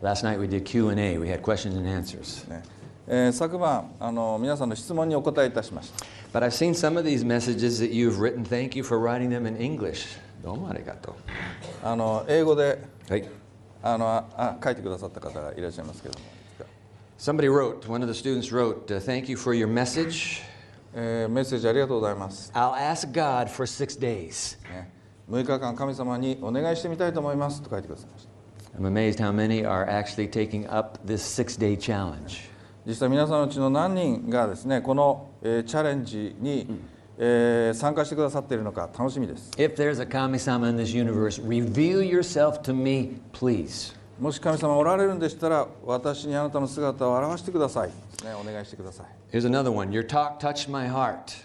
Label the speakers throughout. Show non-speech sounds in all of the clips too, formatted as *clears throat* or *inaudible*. Speaker 1: Last night we did Q&A. We had questions and answers.
Speaker 2: ねえー昨晩あの皆さんの質問にお答えいたしました
Speaker 1: But I've seen some of these messages that you've written. Thank you for writing them in English. どうもありがと
Speaker 2: あの英語で
Speaker 1: う。はい。
Speaker 2: あのああ書いてくださった方がいらっしゃいますけれども、
Speaker 1: Somebody wrote, one of the students wrote, uh, Thank you for your message.
Speaker 2: えーメッセージありがとうございます、
Speaker 1: I'll ask God for six days.
Speaker 2: ね、6日間神様にお願いしてみたいと思いますと書いてくださいました
Speaker 1: I'm amazed how many are actually taking up this six day challenge.
Speaker 2: 実際皆さんのうちの何人がですねこの、えーチャレンジに、えー参加してくださっているのか楽しみです
Speaker 1: If there's a Kami sama in this universe, reveal yourself to me, please.
Speaker 2: もし神様おられるんでしたら私にあなたの姿を表してくださいですねお願いしてください、
Speaker 1: Here's another one Your talk touched my heart.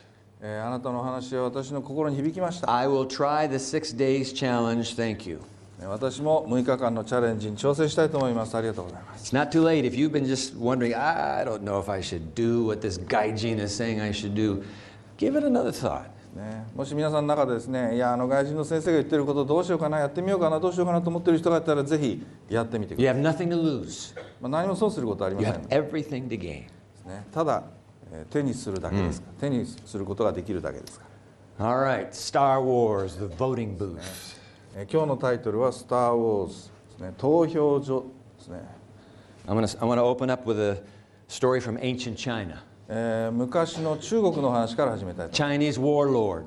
Speaker 2: えーあなたのお話は私の心に響きました
Speaker 1: I will try the six days challenge. Thank you.
Speaker 2: ね私も6日間のチャレンジに挑戦したいと思いますありがとうございます
Speaker 1: It's not too late. If you've been just wondering, I don't know if I should do what this gaijin is saying I should do, give it another thought.
Speaker 2: ね、もし皆さんの中でですねいやあの外人の先生が言ってることどうしようかなやってみようかなどうしようかなと思ってる人がいたらぜひやってみてくだ
Speaker 1: You
Speaker 2: さい、
Speaker 1: have nothing to lose,
Speaker 2: まあ、何も損することはありま
Speaker 1: you
Speaker 2: せん
Speaker 1: have
Speaker 2: ので
Speaker 1: everything to gain.
Speaker 2: ですねただ、えー手にするだけですから、手にすることができるだけですから、
Speaker 1: All right, Star Wars, the voting booth.
Speaker 2: えー今日のタイトルは「スター・ウォーズ」ですね投票所ですね、
Speaker 1: I'm going to I'm going to open up with a story from ancient China.
Speaker 2: えー昔の中国の話から始めたいと思います
Speaker 1: Chinese warlord.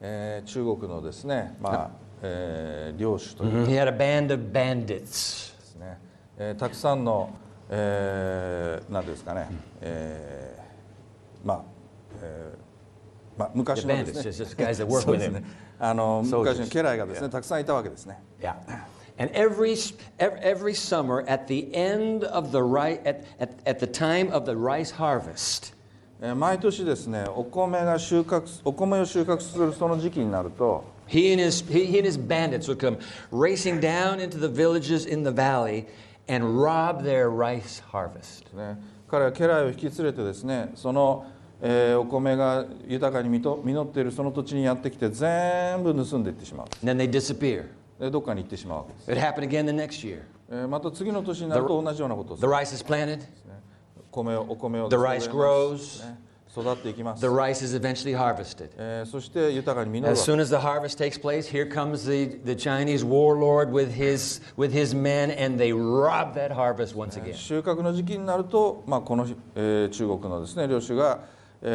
Speaker 2: えー中国のですねまあ、えー領主という
Speaker 1: He had a band of bandits.
Speaker 2: ですね、えーたくさんの、えーなんていうんですかね、えーまあ、えーまあ、昔
Speaker 1: The
Speaker 2: のです
Speaker 1: bandits,
Speaker 2: ね
Speaker 1: just, just guys that work with
Speaker 2: ね
Speaker 1: him.
Speaker 2: あの昔の家来がですね
Speaker 1: Yeah.
Speaker 2: たくさんいたわけですね
Speaker 1: Yeah. And every, s- ev- every summer at the end of the rice, at, at, at the time of the rice harvest,
Speaker 2: えー毎年ですねお米が収穫すお米を収穫するその時期になると
Speaker 1: he and, his, he, he and his bandits would come racing down into the villages in the valley and rob their rice harvest.
Speaker 2: ね彼は家来を引き連れてですねその、えーお米が豊かに実と実っているその土地にやってきて全部盗んでいってしま
Speaker 1: And then they disappear.
Speaker 2: うでどっかに行ってしまうわけです、
Speaker 1: It happened again the next year.
Speaker 2: えーまた次の年になると同じようなことをする
Speaker 1: The rice is planted,
Speaker 2: 米をお米を
Speaker 1: The
Speaker 2: 植えます
Speaker 1: rice grows.
Speaker 2: ね育っていきます
Speaker 1: the rice is eventually harvested.
Speaker 2: えーそして豊かに実るわ
Speaker 1: As
Speaker 2: け
Speaker 1: soon as the harvest takes place, here comes the, the Chinese warlord with his, with his men, and they rob that harvest once again.
Speaker 2: 収穫の時期になると、まあ、この日、えー中国のですね領主が、えー兵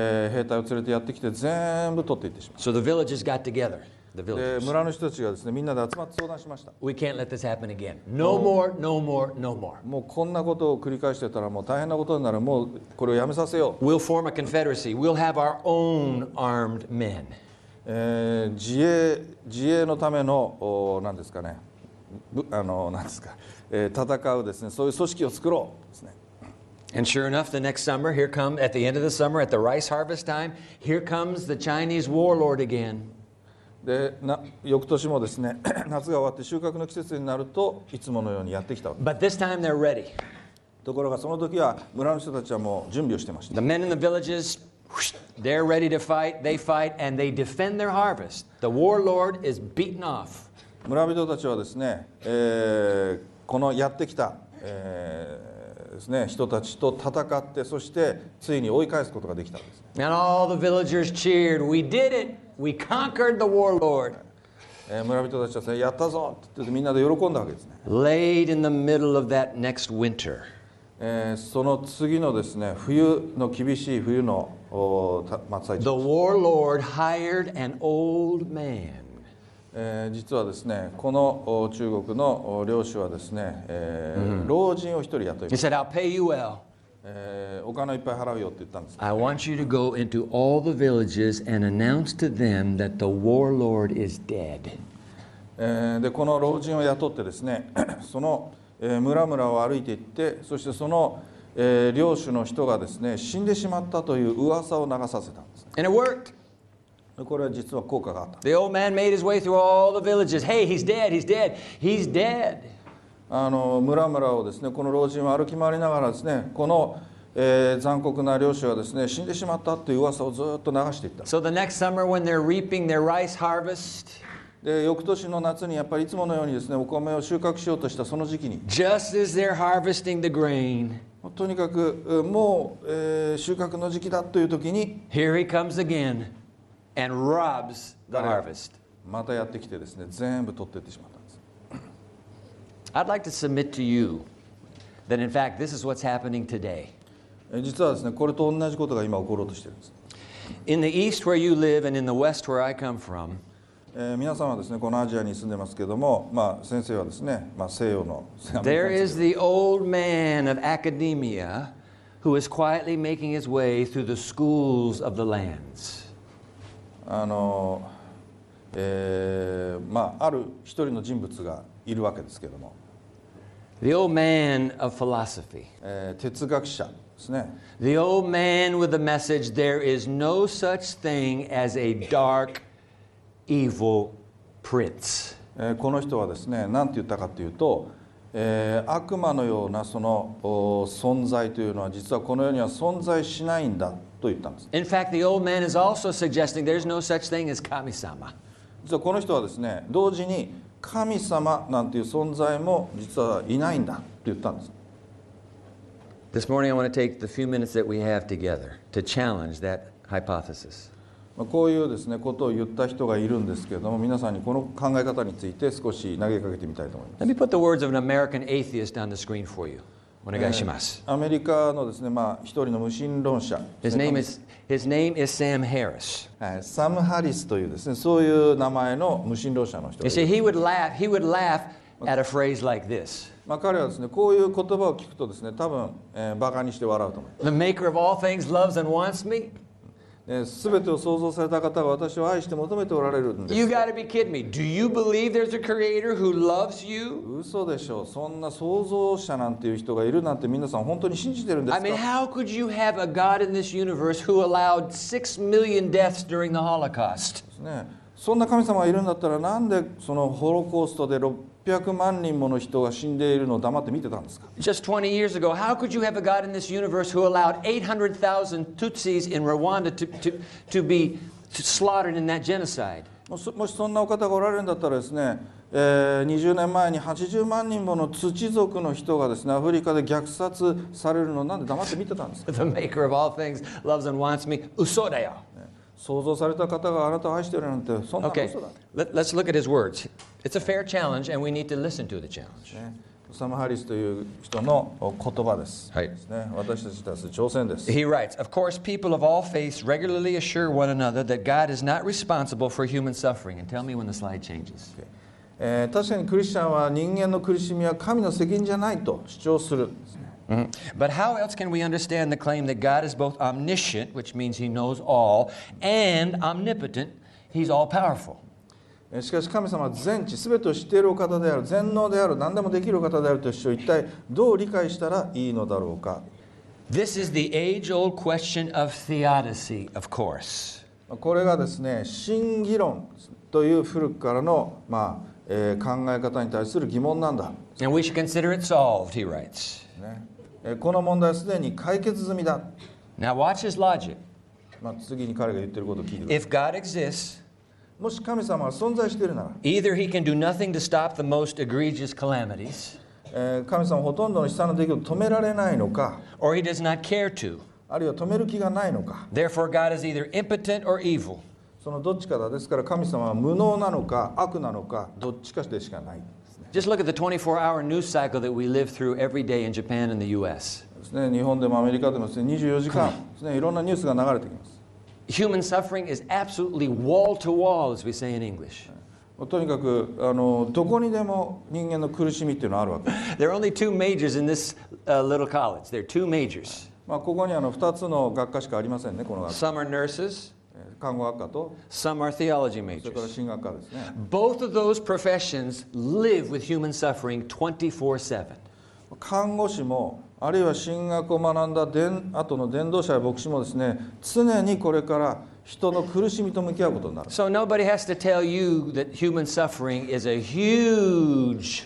Speaker 2: 隊を連れてやってきて全部取っていってしま
Speaker 1: So the villages got together. The
Speaker 2: うで
Speaker 1: villagers.
Speaker 2: 村の人たちがですねみんなで集まって相談しました
Speaker 1: We can't let this happen again. No more, no more, no more.
Speaker 2: もうこんなことを繰り返してたらもう大変なことになるもうこれをやめさせよう、
Speaker 1: We'll form a confederacy. We'll have our own armed men.
Speaker 2: えー自衛自衛のためのおなんですかねぶあのなんですか、えー戦うですねそういう組織を作ろうですね
Speaker 1: And sure enough, the next summer, here come at the end of the summer, at the rice harvest time, here comes the Chinese warlord again.
Speaker 2: でな翌年もですね *clears throat* 夏が終わって収穫の季節になるといつものようにやってきたわけ
Speaker 1: But this time they're ready.
Speaker 2: ところがその時は村の人たちはもう準備をしてました
Speaker 1: The men in the villages, whoosh, they're ready to fight. They fight and they defend their harvest. The warlord is beaten off.
Speaker 2: 村人たちはですね、えーこのやってきた、えーですね、人たちと戦ってそしてついに追い返すことができたんです
Speaker 1: And all the villagers cheered. We did it. We conquered the warlord.
Speaker 2: えー村人たちはですね「やったぞ!」って言ってみんなで喜んだわけですね、
Speaker 1: Late in the middle of that next winter,
Speaker 2: えーその次のですね冬の厳しい冬のおーた真っ最中、
Speaker 1: the warlord hired an old man.
Speaker 2: えー実はですねこのお中国のお領主はですね、えー老人を一人雇い
Speaker 1: He、said, I'll pay you well.
Speaker 2: えーお金をいっぱい払うよって言ったんです
Speaker 1: I want you to go into all the villages and announce to them that the warlord is dead.
Speaker 2: えーでこの老人を雇ってですね *clears throat* その、えー村々を歩いていってそしてその、えー領主の人がですね死んでしまったという噂を流させたんですね
Speaker 1: And it worked.
Speaker 2: でこれは実は効果があった
Speaker 1: The old man made his way through all the villages. Hey, he's dead, he's dead, he's dead.
Speaker 2: あの村々をですねこの老人は歩き回りながらですねこの、えー残酷な領主はですね死んでしまったという噂をずっと流していった
Speaker 1: So the next summer, when they're reaping their rice harvest,
Speaker 2: で翌年の夏にやっぱりいつものようにですねお米を収穫しようとしたその時期に
Speaker 1: Just as they're harvesting the grain,
Speaker 2: とにかくえーもう、えー収穫の時期だという時に
Speaker 1: here he comes again and robs the
Speaker 2: Got it.
Speaker 1: harvest.
Speaker 2: またやってきてですね全部取っていってしまったんです
Speaker 1: I'd like to submit to you that, in fact, this is what's happening today.
Speaker 2: えー実はですねこれと同じことが今起ころうとしてるんです、
Speaker 1: In the east where you live and in the west where I come from,
Speaker 2: えー皆さんはですねこのアジアに住んでますけども、まあ、先生はですね、まあ、西洋の
Speaker 1: there is the old man of academia who is quietly making his way through the schools of the lands.
Speaker 2: あの、えーまあ、ある一人の人物がいるわけですけども、
Speaker 1: The old man of philosophy.
Speaker 2: えー哲学者ですね
Speaker 1: The old man with the message there is no such thing as a dark, evil prince.
Speaker 2: えーこの人はですね何て言ったかというと、えー悪魔のようなそのお存在というのは実はこの世には存在しないんだと言ったんです
Speaker 1: In fact, the old man is also suggesting there's no such thing as kami-sama.
Speaker 2: 実はこの人はですね同時に神様なんていう存在も実はいないんだと言ったんです
Speaker 1: This morning, I want to take the few minutes that we have together to challenge that hypothesis.
Speaker 2: まあこういうですねことを言った人がいるんですけれども皆さんにこの考え方について少し投げかけてみたいと思います
Speaker 1: Let me put the words of an American atheist on the screen for you. Onegaishimasu.
Speaker 2: アメリカのですね、まあ、一人の無神論者
Speaker 1: Uh, His name is his name is Sam Harris.
Speaker 2: はいサム・ハリスというですねそういう名前の無神論者の人
Speaker 1: You
Speaker 2: がいる
Speaker 1: see, he would laugh. He would laugh at a phrase like this:
Speaker 2: まあ、彼はですねこういう言葉を聞くとですね多分、えー、バカにして笑うと思う
Speaker 1: "The Maker of all things loves and wants me."
Speaker 2: すべてを創造された方が私を愛して求めておられるんです
Speaker 1: You got to be kidding me. Do you believe there's a creator who loves you?
Speaker 2: 嘘でしょうそんな創造者なんていう人がいるなんて皆さん本当に信じてるんです
Speaker 1: I mean,
Speaker 2: か、
Speaker 1: how could you have a God in this universe who allowed six million deaths during the Holocaust?
Speaker 2: ね、そんな神様がいるんだったらなんでそのホロコーストで600万人もの人が死んでいるのを黙って見てたんですか
Speaker 1: Just 20 years ago, how could you have a God in this universe who allowed 800,000 Tutsis in Rwanda to, to, to be slaughtered in that genocide? *laughs*
Speaker 2: もしもしそんなお方がおられるんだったらですね、えー20年前に80万人もの土族の人がですねアフリカで虐殺されるのをなんで黙って見てたんですか
Speaker 1: The maker of all things loves and wants me. Usodayo.
Speaker 2: 想像された方があなたを愛してるなんてそんなの
Speaker 1: Okay,
Speaker 2: 嘘だ、
Speaker 1: let, let's look at his words. It's a fair challenge, and we need to listen to the challenge.
Speaker 2: ね、サム・ハリスという人の言葉です,、
Speaker 1: はい
Speaker 2: ですね、私たちとす挑戦です、
Speaker 1: He writes, Of course, people of all faiths regularly assure one another that God is not responsible for human suffering. And tell me when the slide changes.
Speaker 2: えー確かにクリスチャンは人間の苦しみは神の責任じゃないと主張するんですね
Speaker 1: Mhm. But how else can we understand the claim that God is both omniscient, which means he knows all, and omnipotent, he's all powerful?
Speaker 2: えーしかし神様は全知全てを知っているお方である全能である何でもできるお方であるという主張を一体どう理解したらいいのだろうか
Speaker 1: This is the age old question of theodicy, of course.
Speaker 2: まあこれがですね新議論という古くからの、まあえー考え方に対する疑問なんだ
Speaker 1: And we should consider it solved, he writes.
Speaker 2: ねえーこの問題はすでに解決済みだ、
Speaker 1: Now, watch his logic.
Speaker 2: まあ、次に彼が言ってることを聞いてください
Speaker 1: If God exists,
Speaker 2: もし神様が存在しているなら、
Speaker 1: either he can do nothing to stop the most egregious calamities,
Speaker 2: えー神様はほとんどの悲惨な出来事を止められないのか
Speaker 1: or he does not care to.
Speaker 2: あるいは止める気がないのか
Speaker 1: Therefore, God is either impotent or evil.
Speaker 2: そのどっちかだですから神様は無能なのか悪なのかどっちかでしかない
Speaker 1: Just look at the 24 hour news cycle that we live through every day in Japan and the US.
Speaker 2: ですね日本でもアメリカでもですね24時間ですねいろんなニュースが流れてきます
Speaker 1: Human suffering is absolutely wall to wall, as we say in English.
Speaker 2: とにかくあのどこにでも人間の苦しみっていうのはあるわけです、
Speaker 1: There are only two majors in this uh, little college. There are two majors.
Speaker 2: まあ、ここにあの2つの学科しかありませんねこの学科
Speaker 1: Some are nurses,
Speaker 2: えー看護学科と
Speaker 1: some are theology
Speaker 2: それから
Speaker 1: majors.
Speaker 2: 進学科ですね
Speaker 1: Both of those professions live with human suffering 24 7.
Speaker 2: 看護師もあるいは進学を学んだ伝後の伝道者や牧師もですね常にこれから人の苦しみと向き合うことになる
Speaker 1: So nobody has to tell you that human suffering is a huge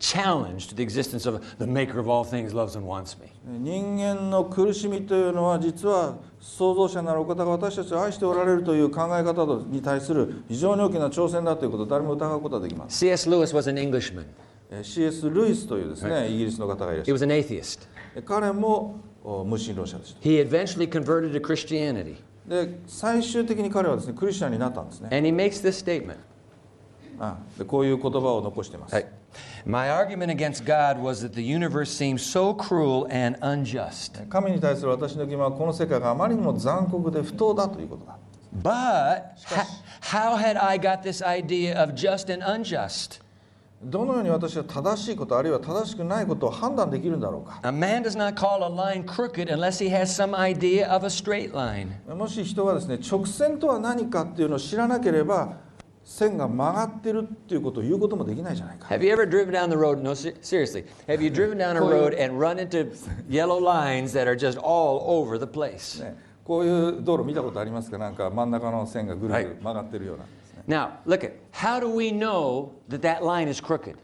Speaker 1: challenged the existence of the maker of all things loves and wants me.
Speaker 2: 人間の苦しみというのは実は創造者なるお方が私たちを愛しておられるという考え方に対する非常に大きな挑戦だということを誰も疑うことはできません
Speaker 1: C.S. Lewis was an Englishman.
Speaker 2: えー CS ・ルイスというですねイギリスの方がいらっし
Speaker 1: He
Speaker 2: ゃる
Speaker 1: was an atheist.
Speaker 2: え彼もお無神論者でした
Speaker 1: He eventually converted to Christianity.
Speaker 2: で最終的に彼はですねクリスチャンになったんですね
Speaker 1: And he makes this statement
Speaker 2: あでこういう言葉を残しています、
Speaker 1: My argument against God was that the universe seemed so cruel and unjust.
Speaker 2: 神に対する私の疑問はこの世界があまりにも残酷で不当だということだ
Speaker 1: But ha- how had I got this idea of just and unjust?
Speaker 2: どのように私は正しいことあるいは正しくないことを判断できるんだろうか
Speaker 1: A man does not call a line crooked unless he has some idea of a straight line.
Speaker 2: もし人がですね直線とは何かっていうのを知らなければ線が曲がってるっていうことを言うこともできないじゃないか
Speaker 1: Have you ever driven down the road? No, se- seriously. Have you driven down a road and run into yellow lines that are just all over the place?
Speaker 2: ねこういう道路見たことありますかなんか真ん中の線がぐるぐる曲がってるような、
Speaker 1: Now, look at how do we know that that line is crooked?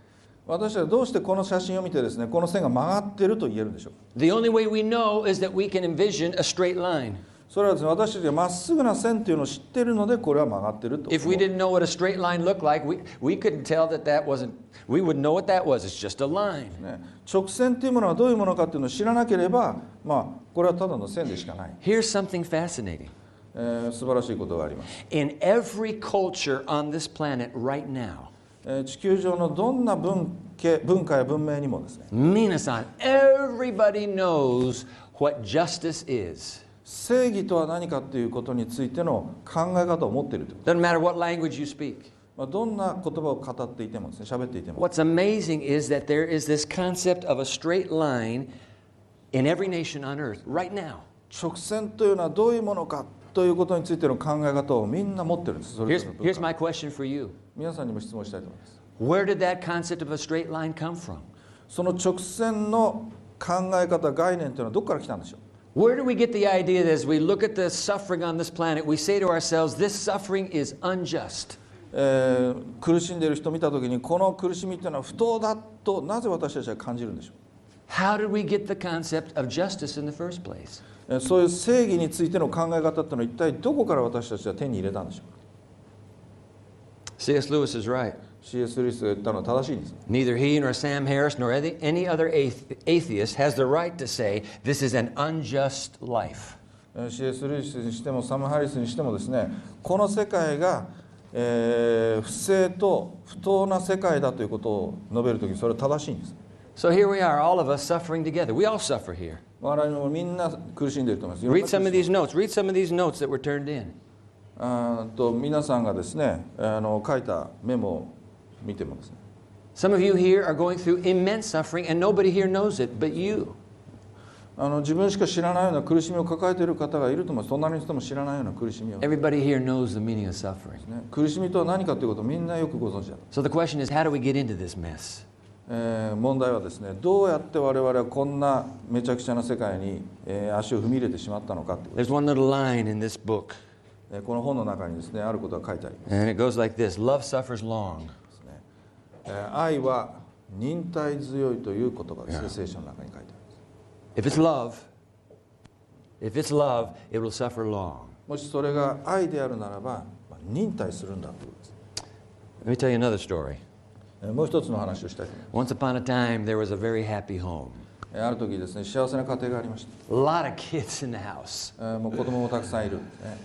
Speaker 2: 私たちはどうしてこの写真を見てですねこの線が曲がってると言えるんでしょう
Speaker 1: The only way we know is that we can envision a straight line.
Speaker 2: それはですね私たちがまっすぐな線っていうのを知ってるのでこれは曲がってると
Speaker 1: If we didn't know what a straight line looked like, we, we couldn't tell that that wasn't, we wouldn't know what that was. It's just a line.
Speaker 2: ね、直線っていうものはどういうものかっていうのを知らなければまあこれはただの線でしかない、
Speaker 1: Here's something fascinating.
Speaker 2: えー素晴らしいことがあります、
Speaker 1: In every culture on this planet right now,
Speaker 2: えー地球上のどんな文系文化や文明にもですね
Speaker 1: Minasan, everybody knows what justice is.
Speaker 2: 正義とは何かっていうことについての考え方を持っているというこ
Speaker 1: Doesn't matter what language you speak.
Speaker 2: と、まあ、どんな言葉を語っていてもですね喋っていても
Speaker 1: What's amazing is that there is this concept of a straight line in every nation on earth right now.
Speaker 2: 直線というのはどういうものかということについての考え方をみんな持ってるんですそれ
Speaker 1: Here's,
Speaker 2: ぞれの文
Speaker 1: here's
Speaker 2: 化
Speaker 1: my question for you
Speaker 2: 皆さんにも質問したいと思います
Speaker 1: Where did that concept of a straight line come from?
Speaker 2: その直線の考え方概念というのはどこから来たんでしょう
Speaker 1: Where do we get the idea that as we look at the suffering on this planet, we say to ourselves, this suffering is unjust?
Speaker 2: えー苦しんでいる人を見た時にこの苦しみというのは不当だとなぜ私たちは感じるんでしょ
Speaker 1: How did we get the concept of justice in the first place?
Speaker 2: う、えーそういう正義についての考え方というのは一体どこから私たちは手に入れたんでしょう
Speaker 1: C.S. Lewis is right.
Speaker 2: CS ルイスが言ったのは正しいんですね
Speaker 1: Neither he nor Sam Harris nor any any other athe- atheist has the right to say this is an unjust life.
Speaker 2: えー CS ルイスにしてもサム・ハリスにしてもですねこの世界が、えー不正と不当な世界だということを述べる時にそれは正しいんです
Speaker 1: So here we are, all of us suffering together. We all suffer here.
Speaker 2: 我々もみんな苦しんでいると思います
Speaker 1: Read some of these notes. Read some of these notes that were turned in.
Speaker 2: あーと皆さんがですねあの書いたメモを見てもですね
Speaker 1: Some of you here are going through immense suffering, and nobody here knows it but you.
Speaker 2: あの自分しか知らないような苦しみを抱えている方がいると思います隣の人も知らないような苦しみを、ね、
Speaker 1: Everybody here knows the meaning of suffering.
Speaker 2: 苦しみとは何かということをみんなよくご存知だ、
Speaker 1: So the question is, how do we get into this mess?
Speaker 2: えー問題はですねどうやって我々はこんなめちゃくちゃな世界に、えー足を踏み入れてしまったのかというこ
Speaker 1: There's one little line in this book,
Speaker 2: と、えーこの本の中にですねあることが書いてありま
Speaker 1: and it goes like this Love suffers long.
Speaker 2: すね、えー愛は忍耐強いという言葉ですね聖書の中に書いてあります
Speaker 1: If it's love, if it's love, it will suffer long.
Speaker 2: もしそれが愛であるならば、まあ忍耐するんだということです、
Speaker 1: Let me tell you another story.
Speaker 2: えーもう一つの話をしたいと思いま
Speaker 1: Once upon a time, there was a very happy home.
Speaker 2: す、えーある時ですね幸せな家庭がありました
Speaker 1: A lot of kids in the house,
Speaker 2: えーもう子供もたくさんいるんですね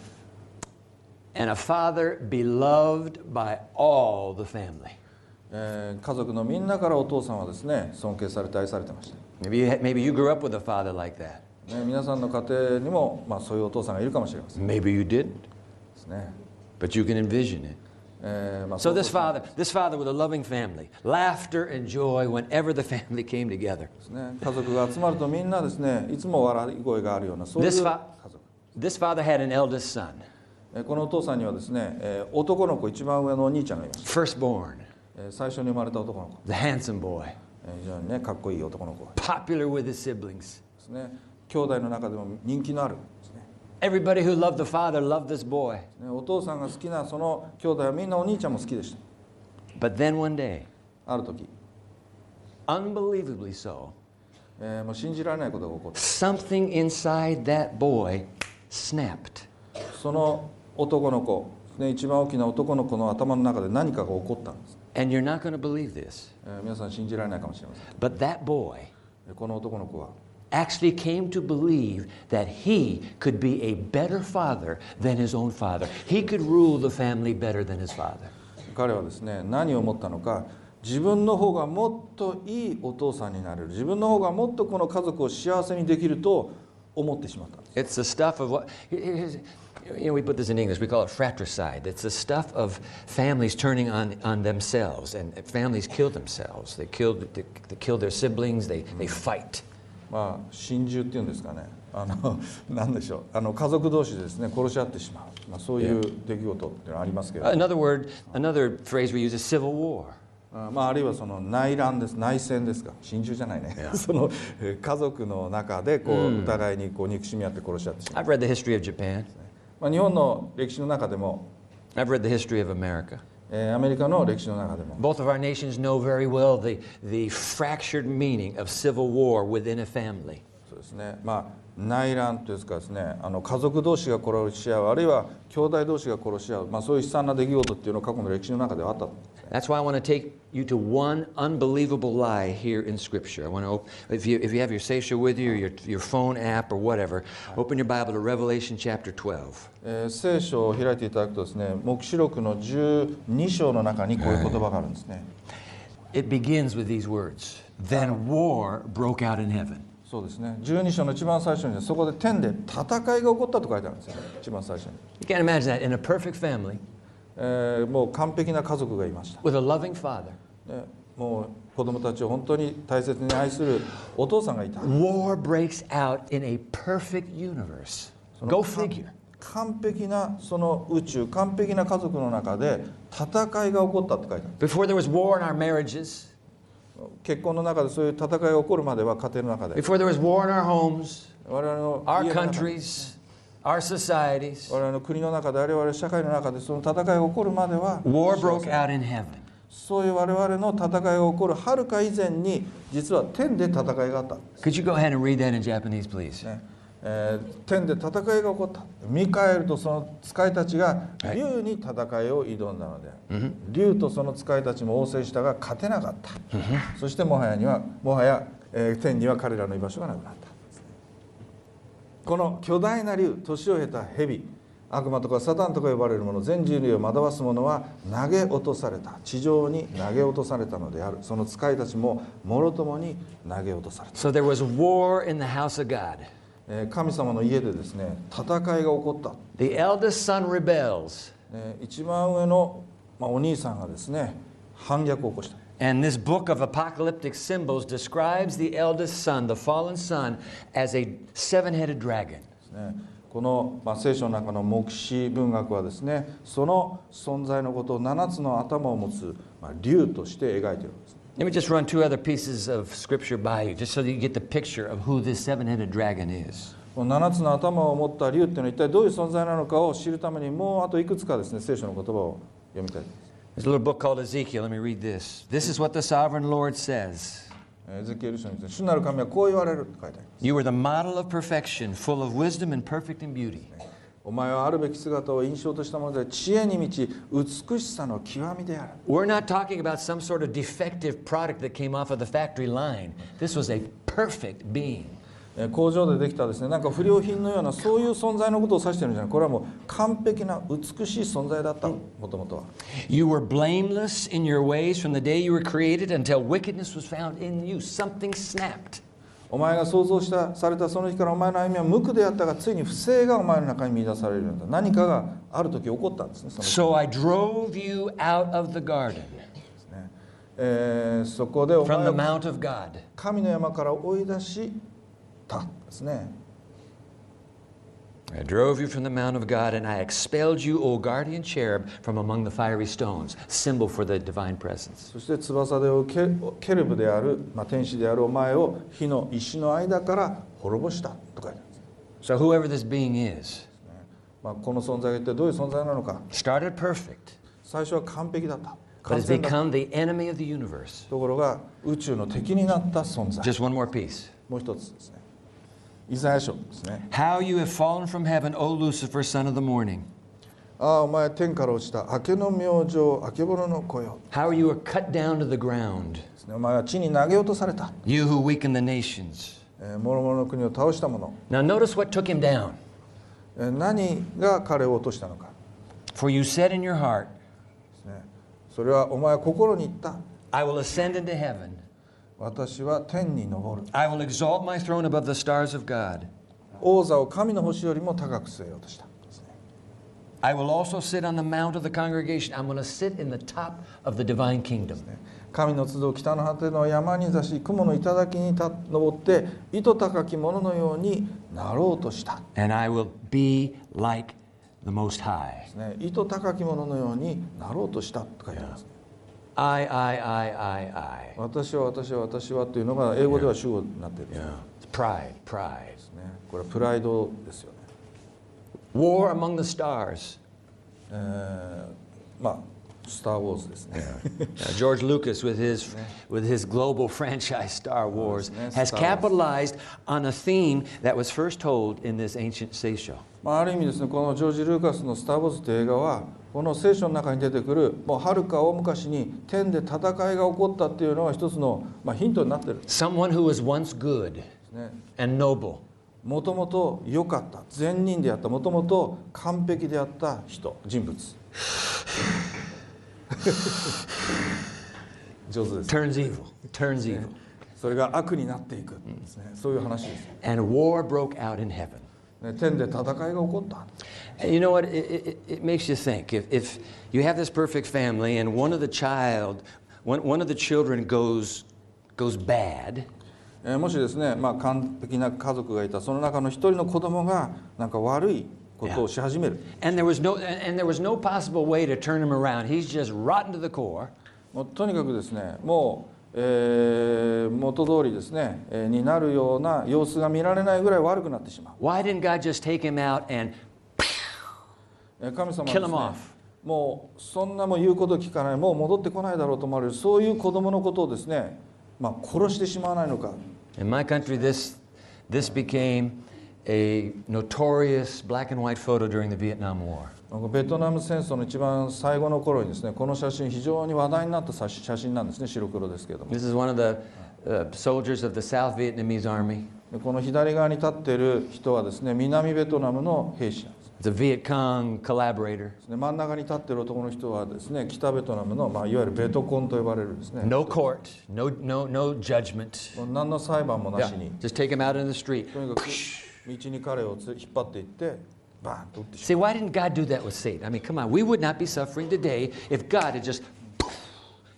Speaker 1: and a father beloved by all the family.
Speaker 2: えー家族のみんなからお父さんはですね尊敬されて愛されてまし
Speaker 1: Maybe you, had- maybe you grew up with a father like that.
Speaker 2: た、ね、皆さんの家庭にも、まあ、そういうお父さんがいるかもしれません
Speaker 1: Maybe you didn't,
Speaker 2: ですね、
Speaker 1: but you can envision it.
Speaker 2: えーまあ、
Speaker 1: So
Speaker 2: そう
Speaker 1: this father, this father with a loving family, laughter and joy whenever the *laughs* family came together.
Speaker 2: ですね家族が集まるとみんなですねいつも笑い声があるようなそういう家
Speaker 1: This
Speaker 2: 族
Speaker 1: fa-、This father had an eldest son,
Speaker 2: えーこのお父さんにはですね、えー男の子一番上のお兄ちゃんがいました、
Speaker 1: firstborn,
Speaker 2: えー最初に生まれた男の子、
Speaker 1: the handsome boy,
Speaker 2: えー非常にねかっこいい男の子が
Speaker 1: popular with his siblings.
Speaker 2: ですね兄弟の中でも人気のあるですね
Speaker 1: Everybody who loved the father loved this boy.
Speaker 2: ねお父さんが好きなその兄弟はみんなお兄ちゃんも好きでし
Speaker 1: But then one day,
Speaker 2: たある時
Speaker 1: unbelievably so,
Speaker 2: えーもう信じられないことが起こっ
Speaker 1: something inside that boy snapped.
Speaker 2: たその男の子、ね、一番大きな男の子の頭の中で何かが起こったんです、
Speaker 1: And you're not going to believe this,
Speaker 2: えー皆さん信じられないかもしれません
Speaker 1: but that boy
Speaker 2: えーこの男の子は
Speaker 1: actually came to believe that he could be a better father than his own father. He could rule the family better than his father.
Speaker 2: 彼はですね何を思ったのか自分の方がもっといいお父さんになれる自分の方がもっとこの家族を幸せにできると思ってしまったんです
Speaker 1: It's the stuff of what, here's- you know, we put this in English, we call it fratricide. It's the stuff of families turning on, on themselves, and families kill themselves. They kill, they, they kill their siblings, they, they fight.
Speaker 2: まあ心中っていうんですかねあの *laughs* 何でしょうあの家族同士でですね殺し合ってしまう、まあ、そういう出来事っていうのはありますけれど
Speaker 1: Another word, another phrase we use is civil war.
Speaker 2: あまあ、あるいはその内乱です内戦ですか心中じゃないね *laughs* そのえー家族の中でこう、お互いにこう憎しみ合って殺し合ってしまう、
Speaker 1: I've read the history of Japan.
Speaker 2: まあ、日本の歴史の中でも、
Speaker 1: I've read the history of America.
Speaker 2: えーアメリカの歴史の中でも
Speaker 1: Both of our nations know very well the, the fractured meaning of civil war within a family.
Speaker 2: そうですねまあ内乱というかですねあの家族同士が殺し合うあるいは兄弟同士が殺し合う、まあ、そういう悲惨な出来事っていうのが過去の歴史の中ではあったと
Speaker 1: That's why I want to take you to one unbelievable lie here in Scripture. I want to, op- if you, if you have your Seisha with you, or your, your phone app or whatever, open your Bible to Revelation chapter 12.
Speaker 2: えー聖書を開いていただくとですね黙示録の12章の中にこういう言葉があるんですね、
Speaker 1: It begins with these words Then war broke out in heaven.
Speaker 2: そうですね12章の一番最初にそこで天で戦いが起こったと書いてあるんですよ一番最初に、
Speaker 1: You can't imagine that in a perfect family
Speaker 2: えーもう完璧な家族がいました
Speaker 1: with a loving father.
Speaker 2: でもう子供たちを本当に大切に愛するお父さんがいた
Speaker 1: War breaks out in a perfect universe. Go figure.
Speaker 2: 完璧なその宇宙完璧な家族の中で戦いが起こったって書いてある
Speaker 1: Before there was war in our marriages,
Speaker 2: 結婚の中でそういう戦いが起こるまでは家庭の中で
Speaker 1: before there was war in our homes,
Speaker 2: 我々の
Speaker 1: our
Speaker 2: 家の中で
Speaker 1: countries, our societies,
Speaker 2: 我々の国の中であるいは我々社会の中でその戦いが起こるまでは
Speaker 1: war broke out in heaven.
Speaker 2: そういう我々の戦いが起こるはるか以前に実は天で戦いがあった、
Speaker 1: Could you go ahead and read that in Japanese, please?
Speaker 2: ねえー天で戦いが起こったミカエルとその使いたちが
Speaker 1: はい
Speaker 2: 竜に戦いを挑んだのである、竜とその使いたちも応戦したが勝てなかった、そしてもはやにはもはや、えー天には彼らの居場所がなくなったこの巨大な竜年を経た蛇悪魔とかサタンとか呼ばれるもの全人類を惑わす者は投げ落とされた地上に投げ落とされたのであるその使いたちももろともに投げ落とされた、
Speaker 1: So there was war in the house of God.
Speaker 2: えー神様の家でですね戦いが起こった、
Speaker 1: The eldest son rebels,
Speaker 2: えー一番上の、まあ、お兄さんがですね反逆を起こした
Speaker 1: and this book of apocalyptic symbols describes the eldest son, the fallen son, as a seven headed dragon.
Speaker 2: ですねこの、まあ、聖書の中の黙示文学はですねその存在のことを7つの頭を持つ、まあ、竜として描いているんです
Speaker 1: Let me just run two other pieces of scripture by you, just so that you get the picture of who this seven headed dragon is.
Speaker 2: この7つの頭を持った竜っていうのは一体どういう存在なのかを知るためにもうあといくつかですね聖書の言葉を読みたいです。
Speaker 1: There's a little book called Ezekiel. Let me read this. This is what the sovereign Lord says
Speaker 2: えーエゼキエル書にですね主なる神はこう言われる」って書いてありま
Speaker 1: You were the model of perfection, full of wisdom and perfect in beauty.
Speaker 2: すね。お前はあるべき姿を印象としたもので知恵に満ち美しさの極みである。
Speaker 1: We're not talking about some sort of defective product that came off of the factory line. This was a perfect being.
Speaker 2: えー工場でできたですねなんか不良品のようなそういう存在のことを指してるんじゃないこれはもう完璧な美しい存在だったもともとは
Speaker 1: You were blameless in your ways from the day you were created until wickedness was found in you. Something snapped.
Speaker 2: お前が想像したされたその日からお前の歩みは無垢であったがついに不正がお前の中に見出されるようになった何かがある時起こったんですねその
Speaker 1: So I drove you out of the garden,
Speaker 2: ねえーそこでお
Speaker 1: from
Speaker 2: 前
Speaker 1: the
Speaker 2: を
Speaker 1: Mount of God.
Speaker 2: 神の山から追い出したですね
Speaker 1: I drove you from the Mount of God, and I expelled you, O guardian cherub, from among the fiery stones, symbol for the divine presence.
Speaker 2: そして翼で追うケケルブである、まあ、天使であるお前を火の石の間から滅ぼしたと書いてあるんです、ね
Speaker 1: So whoever this being is
Speaker 2: まあ、この存在が一体どういう存在なのか
Speaker 1: started perfect,
Speaker 2: 最初は完璧だった
Speaker 1: but
Speaker 2: 完
Speaker 1: has
Speaker 2: 全な
Speaker 1: become the enemy of the universe.
Speaker 2: ところが宇宙の敵になった存在
Speaker 1: Just one more piece.
Speaker 2: もう一つですねイザヤ書ですね
Speaker 1: How you have fallen from heaven, O Lucifer, son of the morning.
Speaker 2: ああお前天から落ちた明けの明星明けぼのの子よ
Speaker 1: How you are cut down to the ground,
Speaker 2: ですねお前は地に投げ落とされた、
Speaker 1: you who weaken the nations.
Speaker 2: えー、諸々の国を倒した者、
Speaker 1: Now notice what took him down.
Speaker 2: えー何が彼を落としたのか
Speaker 1: For you said in your heart,
Speaker 2: ですねそれはお前は心に言った
Speaker 1: I will ascend into heaven.
Speaker 2: 私は天に昇る
Speaker 1: I will exalt my throne above the stars of God.
Speaker 2: 王座を神の星よりも高く据えようとしたですね
Speaker 1: I will also sit on the mount of the congregation. I'm going to sit in the top of the divine kingdom.
Speaker 2: 神の都度北の果ての山に座し雲の頂にた登って糸高き者のようになろうとした
Speaker 1: And I will be like the Most High.
Speaker 2: ですね糸高き者のようになろうとしたと書いてあります、ね
Speaker 1: I, I, I, I, I.
Speaker 2: 私は私は私はというのが英語では主語になっているんですね、
Speaker 1: It's pride, pride.
Speaker 2: これはプライドですよね、
Speaker 1: War among the stars.
Speaker 2: えーまあスター・ウォーズですね
Speaker 1: Now, George Lucas, with his, with his global *laughs* franchise Star Wars,
Speaker 2: isn't that
Speaker 1: has
Speaker 2: Star Wars?
Speaker 1: capitalized on a theme that was first told in this ancient seashell.
Speaker 2: まあ、ある意味ですねこのジョージ・ルーカスの「スター・ウォーズ」という映画はこの聖書の中に出てくるもうはるか大昔に天で戦いが起こったっていうのが一つの、まあ、ヒントになってるんで
Speaker 1: Someone who was once good
Speaker 2: すね
Speaker 1: and noble,
Speaker 2: もともと良かった善人であったもともと完璧であった人人物 *laughs* 上手です
Speaker 1: turns evil, turns evil.
Speaker 2: それが悪になっていくんですね、そういう話ですよ
Speaker 1: And war broke out in heaven.
Speaker 2: ね天で戦いが起こった
Speaker 1: And You know what? It, it- it, it makes you think. If, if you have this perfect family and one of the child, one, one of the children goes goes bad,
Speaker 2: えーもしですね、まあ、完璧な家族がいたその中の一人の子供がなんか悪いことをし始める、
Speaker 1: and there was no and and there was no possible way to turn him around. He's just rotten to the core.
Speaker 2: もうとにかくですねもう、えー元通りですね、えーになるような様子が見られないぐらい悪くなってしまう
Speaker 1: Why didn't God just take him out and
Speaker 2: えー神様は
Speaker 1: Kill
Speaker 2: です
Speaker 1: him
Speaker 2: ね
Speaker 1: off
Speaker 2: もうそんなもう言うこと聞かないもう戻ってこないだろうと思われるそういう子供のことをですね、まあ、殺してしまわないのか
Speaker 1: In my country, this, this became a notorious black and white photo during the Vietnam War.
Speaker 2: なんかベトナム戦争の一番最後の頃にですねこの写真非常に話題になった写写真なんですね白黒ですけれども
Speaker 1: This is one of the uh, soldiers of the South Vietnamese Army.
Speaker 2: でこの左側に立っている人はですね南ベトナムの兵士なんです
Speaker 1: It's a Viet Cong collaborator.
Speaker 2: ね真ん中に立っている男の人はですね北ベトナムの、まあ、いわゆるベトコンと呼ばれるですね
Speaker 1: No court, no, no, no judgment.
Speaker 2: もう何の裁判もな
Speaker 1: Yeah,
Speaker 2: しに、
Speaker 1: just take him out into the street.
Speaker 2: とにかく道に彼をつ引っ張っていってバーンと撃ってし
Speaker 1: See, why didn't God do that with Satan? I mean, come on, we would not be suffering today if God had just,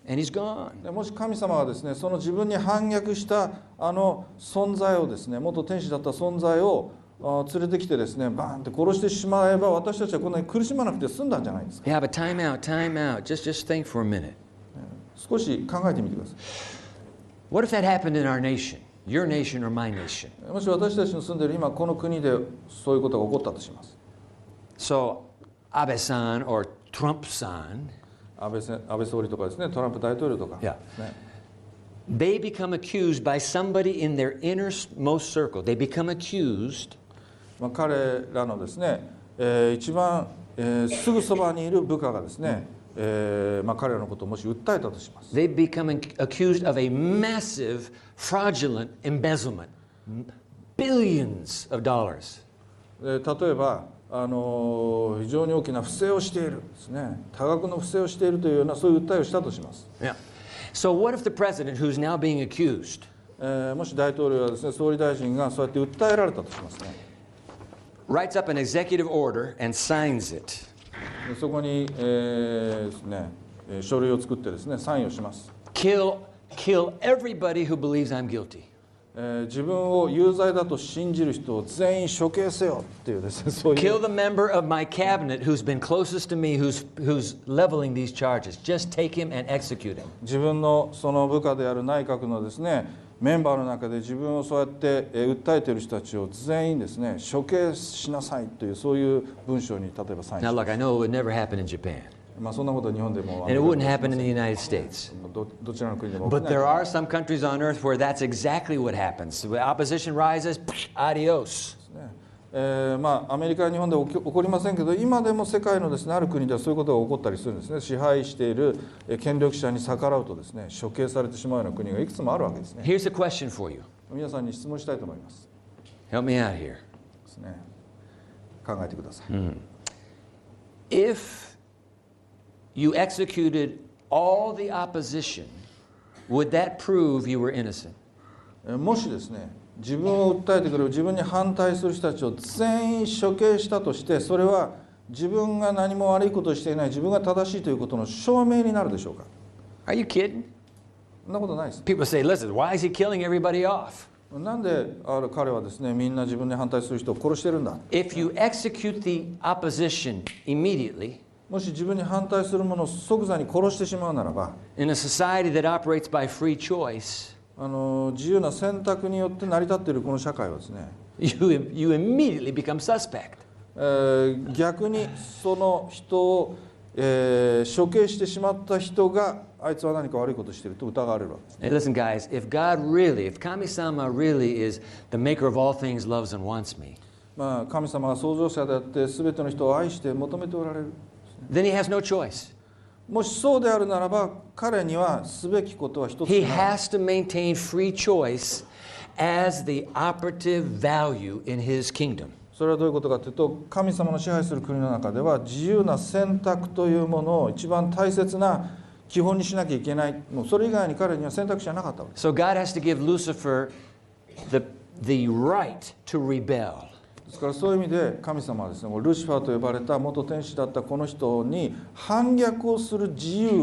Speaker 1: and he's
Speaker 2: ま
Speaker 1: gone.
Speaker 2: うでもし神様がですねその自分に反逆したあの存在をですね元天使だった存在をあ連れてきてですねバーンって殺してしまえば私たちはこんなに苦しまなくて済んだんじゃないですか
Speaker 1: Yeah, but time out, time out. Just, just think for a minute.
Speaker 2: 少し考えてみてください
Speaker 1: What if that happened in our nation, your nation or my nation?
Speaker 2: もし私たちの住んでいる今この国でそういうことが起こったとします
Speaker 1: So, Abe-san or Trump-san,
Speaker 2: 安倍せ安倍総理とかですねトランプ大統領とか、
Speaker 1: いや
Speaker 2: ね
Speaker 1: they become accused by somebody in their innermost circle. They become accused
Speaker 2: まあ、彼らのですね、えー一番、えーすぐそばにいる部下がですね、えーまあ、彼らのことをもし訴えたとします、
Speaker 1: They become ac- accused of a massive fraudulent embezzlement. M- Billions of dollars.
Speaker 2: えー例えば、あのー非常に大きな不正をしているですね多額の不正をしているというようなそういう訴えをしたとします、
Speaker 1: Yeah. So what if the president who's now being accused
Speaker 2: えーもし大統領がですね総理大臣がそうやって訴えられたとしますね
Speaker 1: writes up an executive order and signs it?
Speaker 2: でそこに、えーですねえー書類を作ってですねサインをします、
Speaker 1: Kill kill everybody who believes I'm guilty.
Speaker 2: えー自分を有罪だと信じる人を全員処刑せよっていう
Speaker 1: *laughs*
Speaker 2: ですねそういう
Speaker 1: Kill the member of my cabinet who's been closest to me who's who's leveling these charges. Just take him and execute him.
Speaker 2: 自分のその部下である内閣のですねメンバーの中で自分をそうやってえー訴えている人たちを全員ですね処刑しなさいというそういう文章に例えばサイン
Speaker 1: Now
Speaker 2: し
Speaker 1: look, I know it would never happen in Japan.
Speaker 2: まあ、そんなことは日本でも
Speaker 1: And it wouldn't happen in the United States.
Speaker 2: どどちらの国でも起き
Speaker 1: But
Speaker 2: ない
Speaker 1: there are some countries on earth where that's exactly what happens. When opposition rises, adios.
Speaker 2: ねえーまあ、アメリカや日本で起き起こりませんけど今でも世界のです、ね、ある国ではそういうことが起こったりするんですね支配しているえー権力者に逆らうとです、ね、処刑されてしまうような国がいくつもあるわけですね
Speaker 1: Here's a question for you.
Speaker 2: 皆さんに質問したいと思います
Speaker 1: Help me out here.
Speaker 2: です、ね、考えてください、
Speaker 1: If you executed all the opposition, would that prove you were innocent?
Speaker 2: えーもしですね自分を訴えてくる自分に反対する人たちを全員処刑したとしてそれは自分が何も悪いことをしていない自分が正しいということの証明になるでしょうか
Speaker 1: Are you kidding?
Speaker 2: そんなことないです
Speaker 1: People say, listen, why is he killing everybody off?
Speaker 2: なんである彼はですねみんな自分に反対する人を殺してるんだ
Speaker 1: If you execute the opposition immediately
Speaker 2: もし自分に反対する者を即座に殺してしまうならば
Speaker 1: in a society that operates by free choice, *laughs*
Speaker 2: あの自由な選択によって成り立っているこの社会はですね、
Speaker 1: you, you immediately become suspect.
Speaker 2: えー逆にその人を、えー処刑してしまった人があいつは何か悪いことをしていると疑われるわけです
Speaker 1: Hey, listen, guys, if God really, if Kami-sama really is the maker of all things, loves and wants me,
Speaker 2: まあ、神様が創造者であって全ての人を愛して求めておられる
Speaker 1: then he has no choice.
Speaker 2: もしそうであるならば彼にはすべきことは一つ
Speaker 1: He
Speaker 2: しかない
Speaker 1: has to maintain free choice as the operative value in his kingdom.
Speaker 2: それはどういうことかというと神様の支配する国の中では自由な選択というものを一番大切な基本にしなきゃいけないもうそれ以外に彼には選択肢はなかったわけで
Speaker 1: So God has to give Lucifer the, the right to rebel.
Speaker 2: すですからそういう意味で神様はですねもうルシファーと呼ばれた元天使だったこの人に反逆をする自由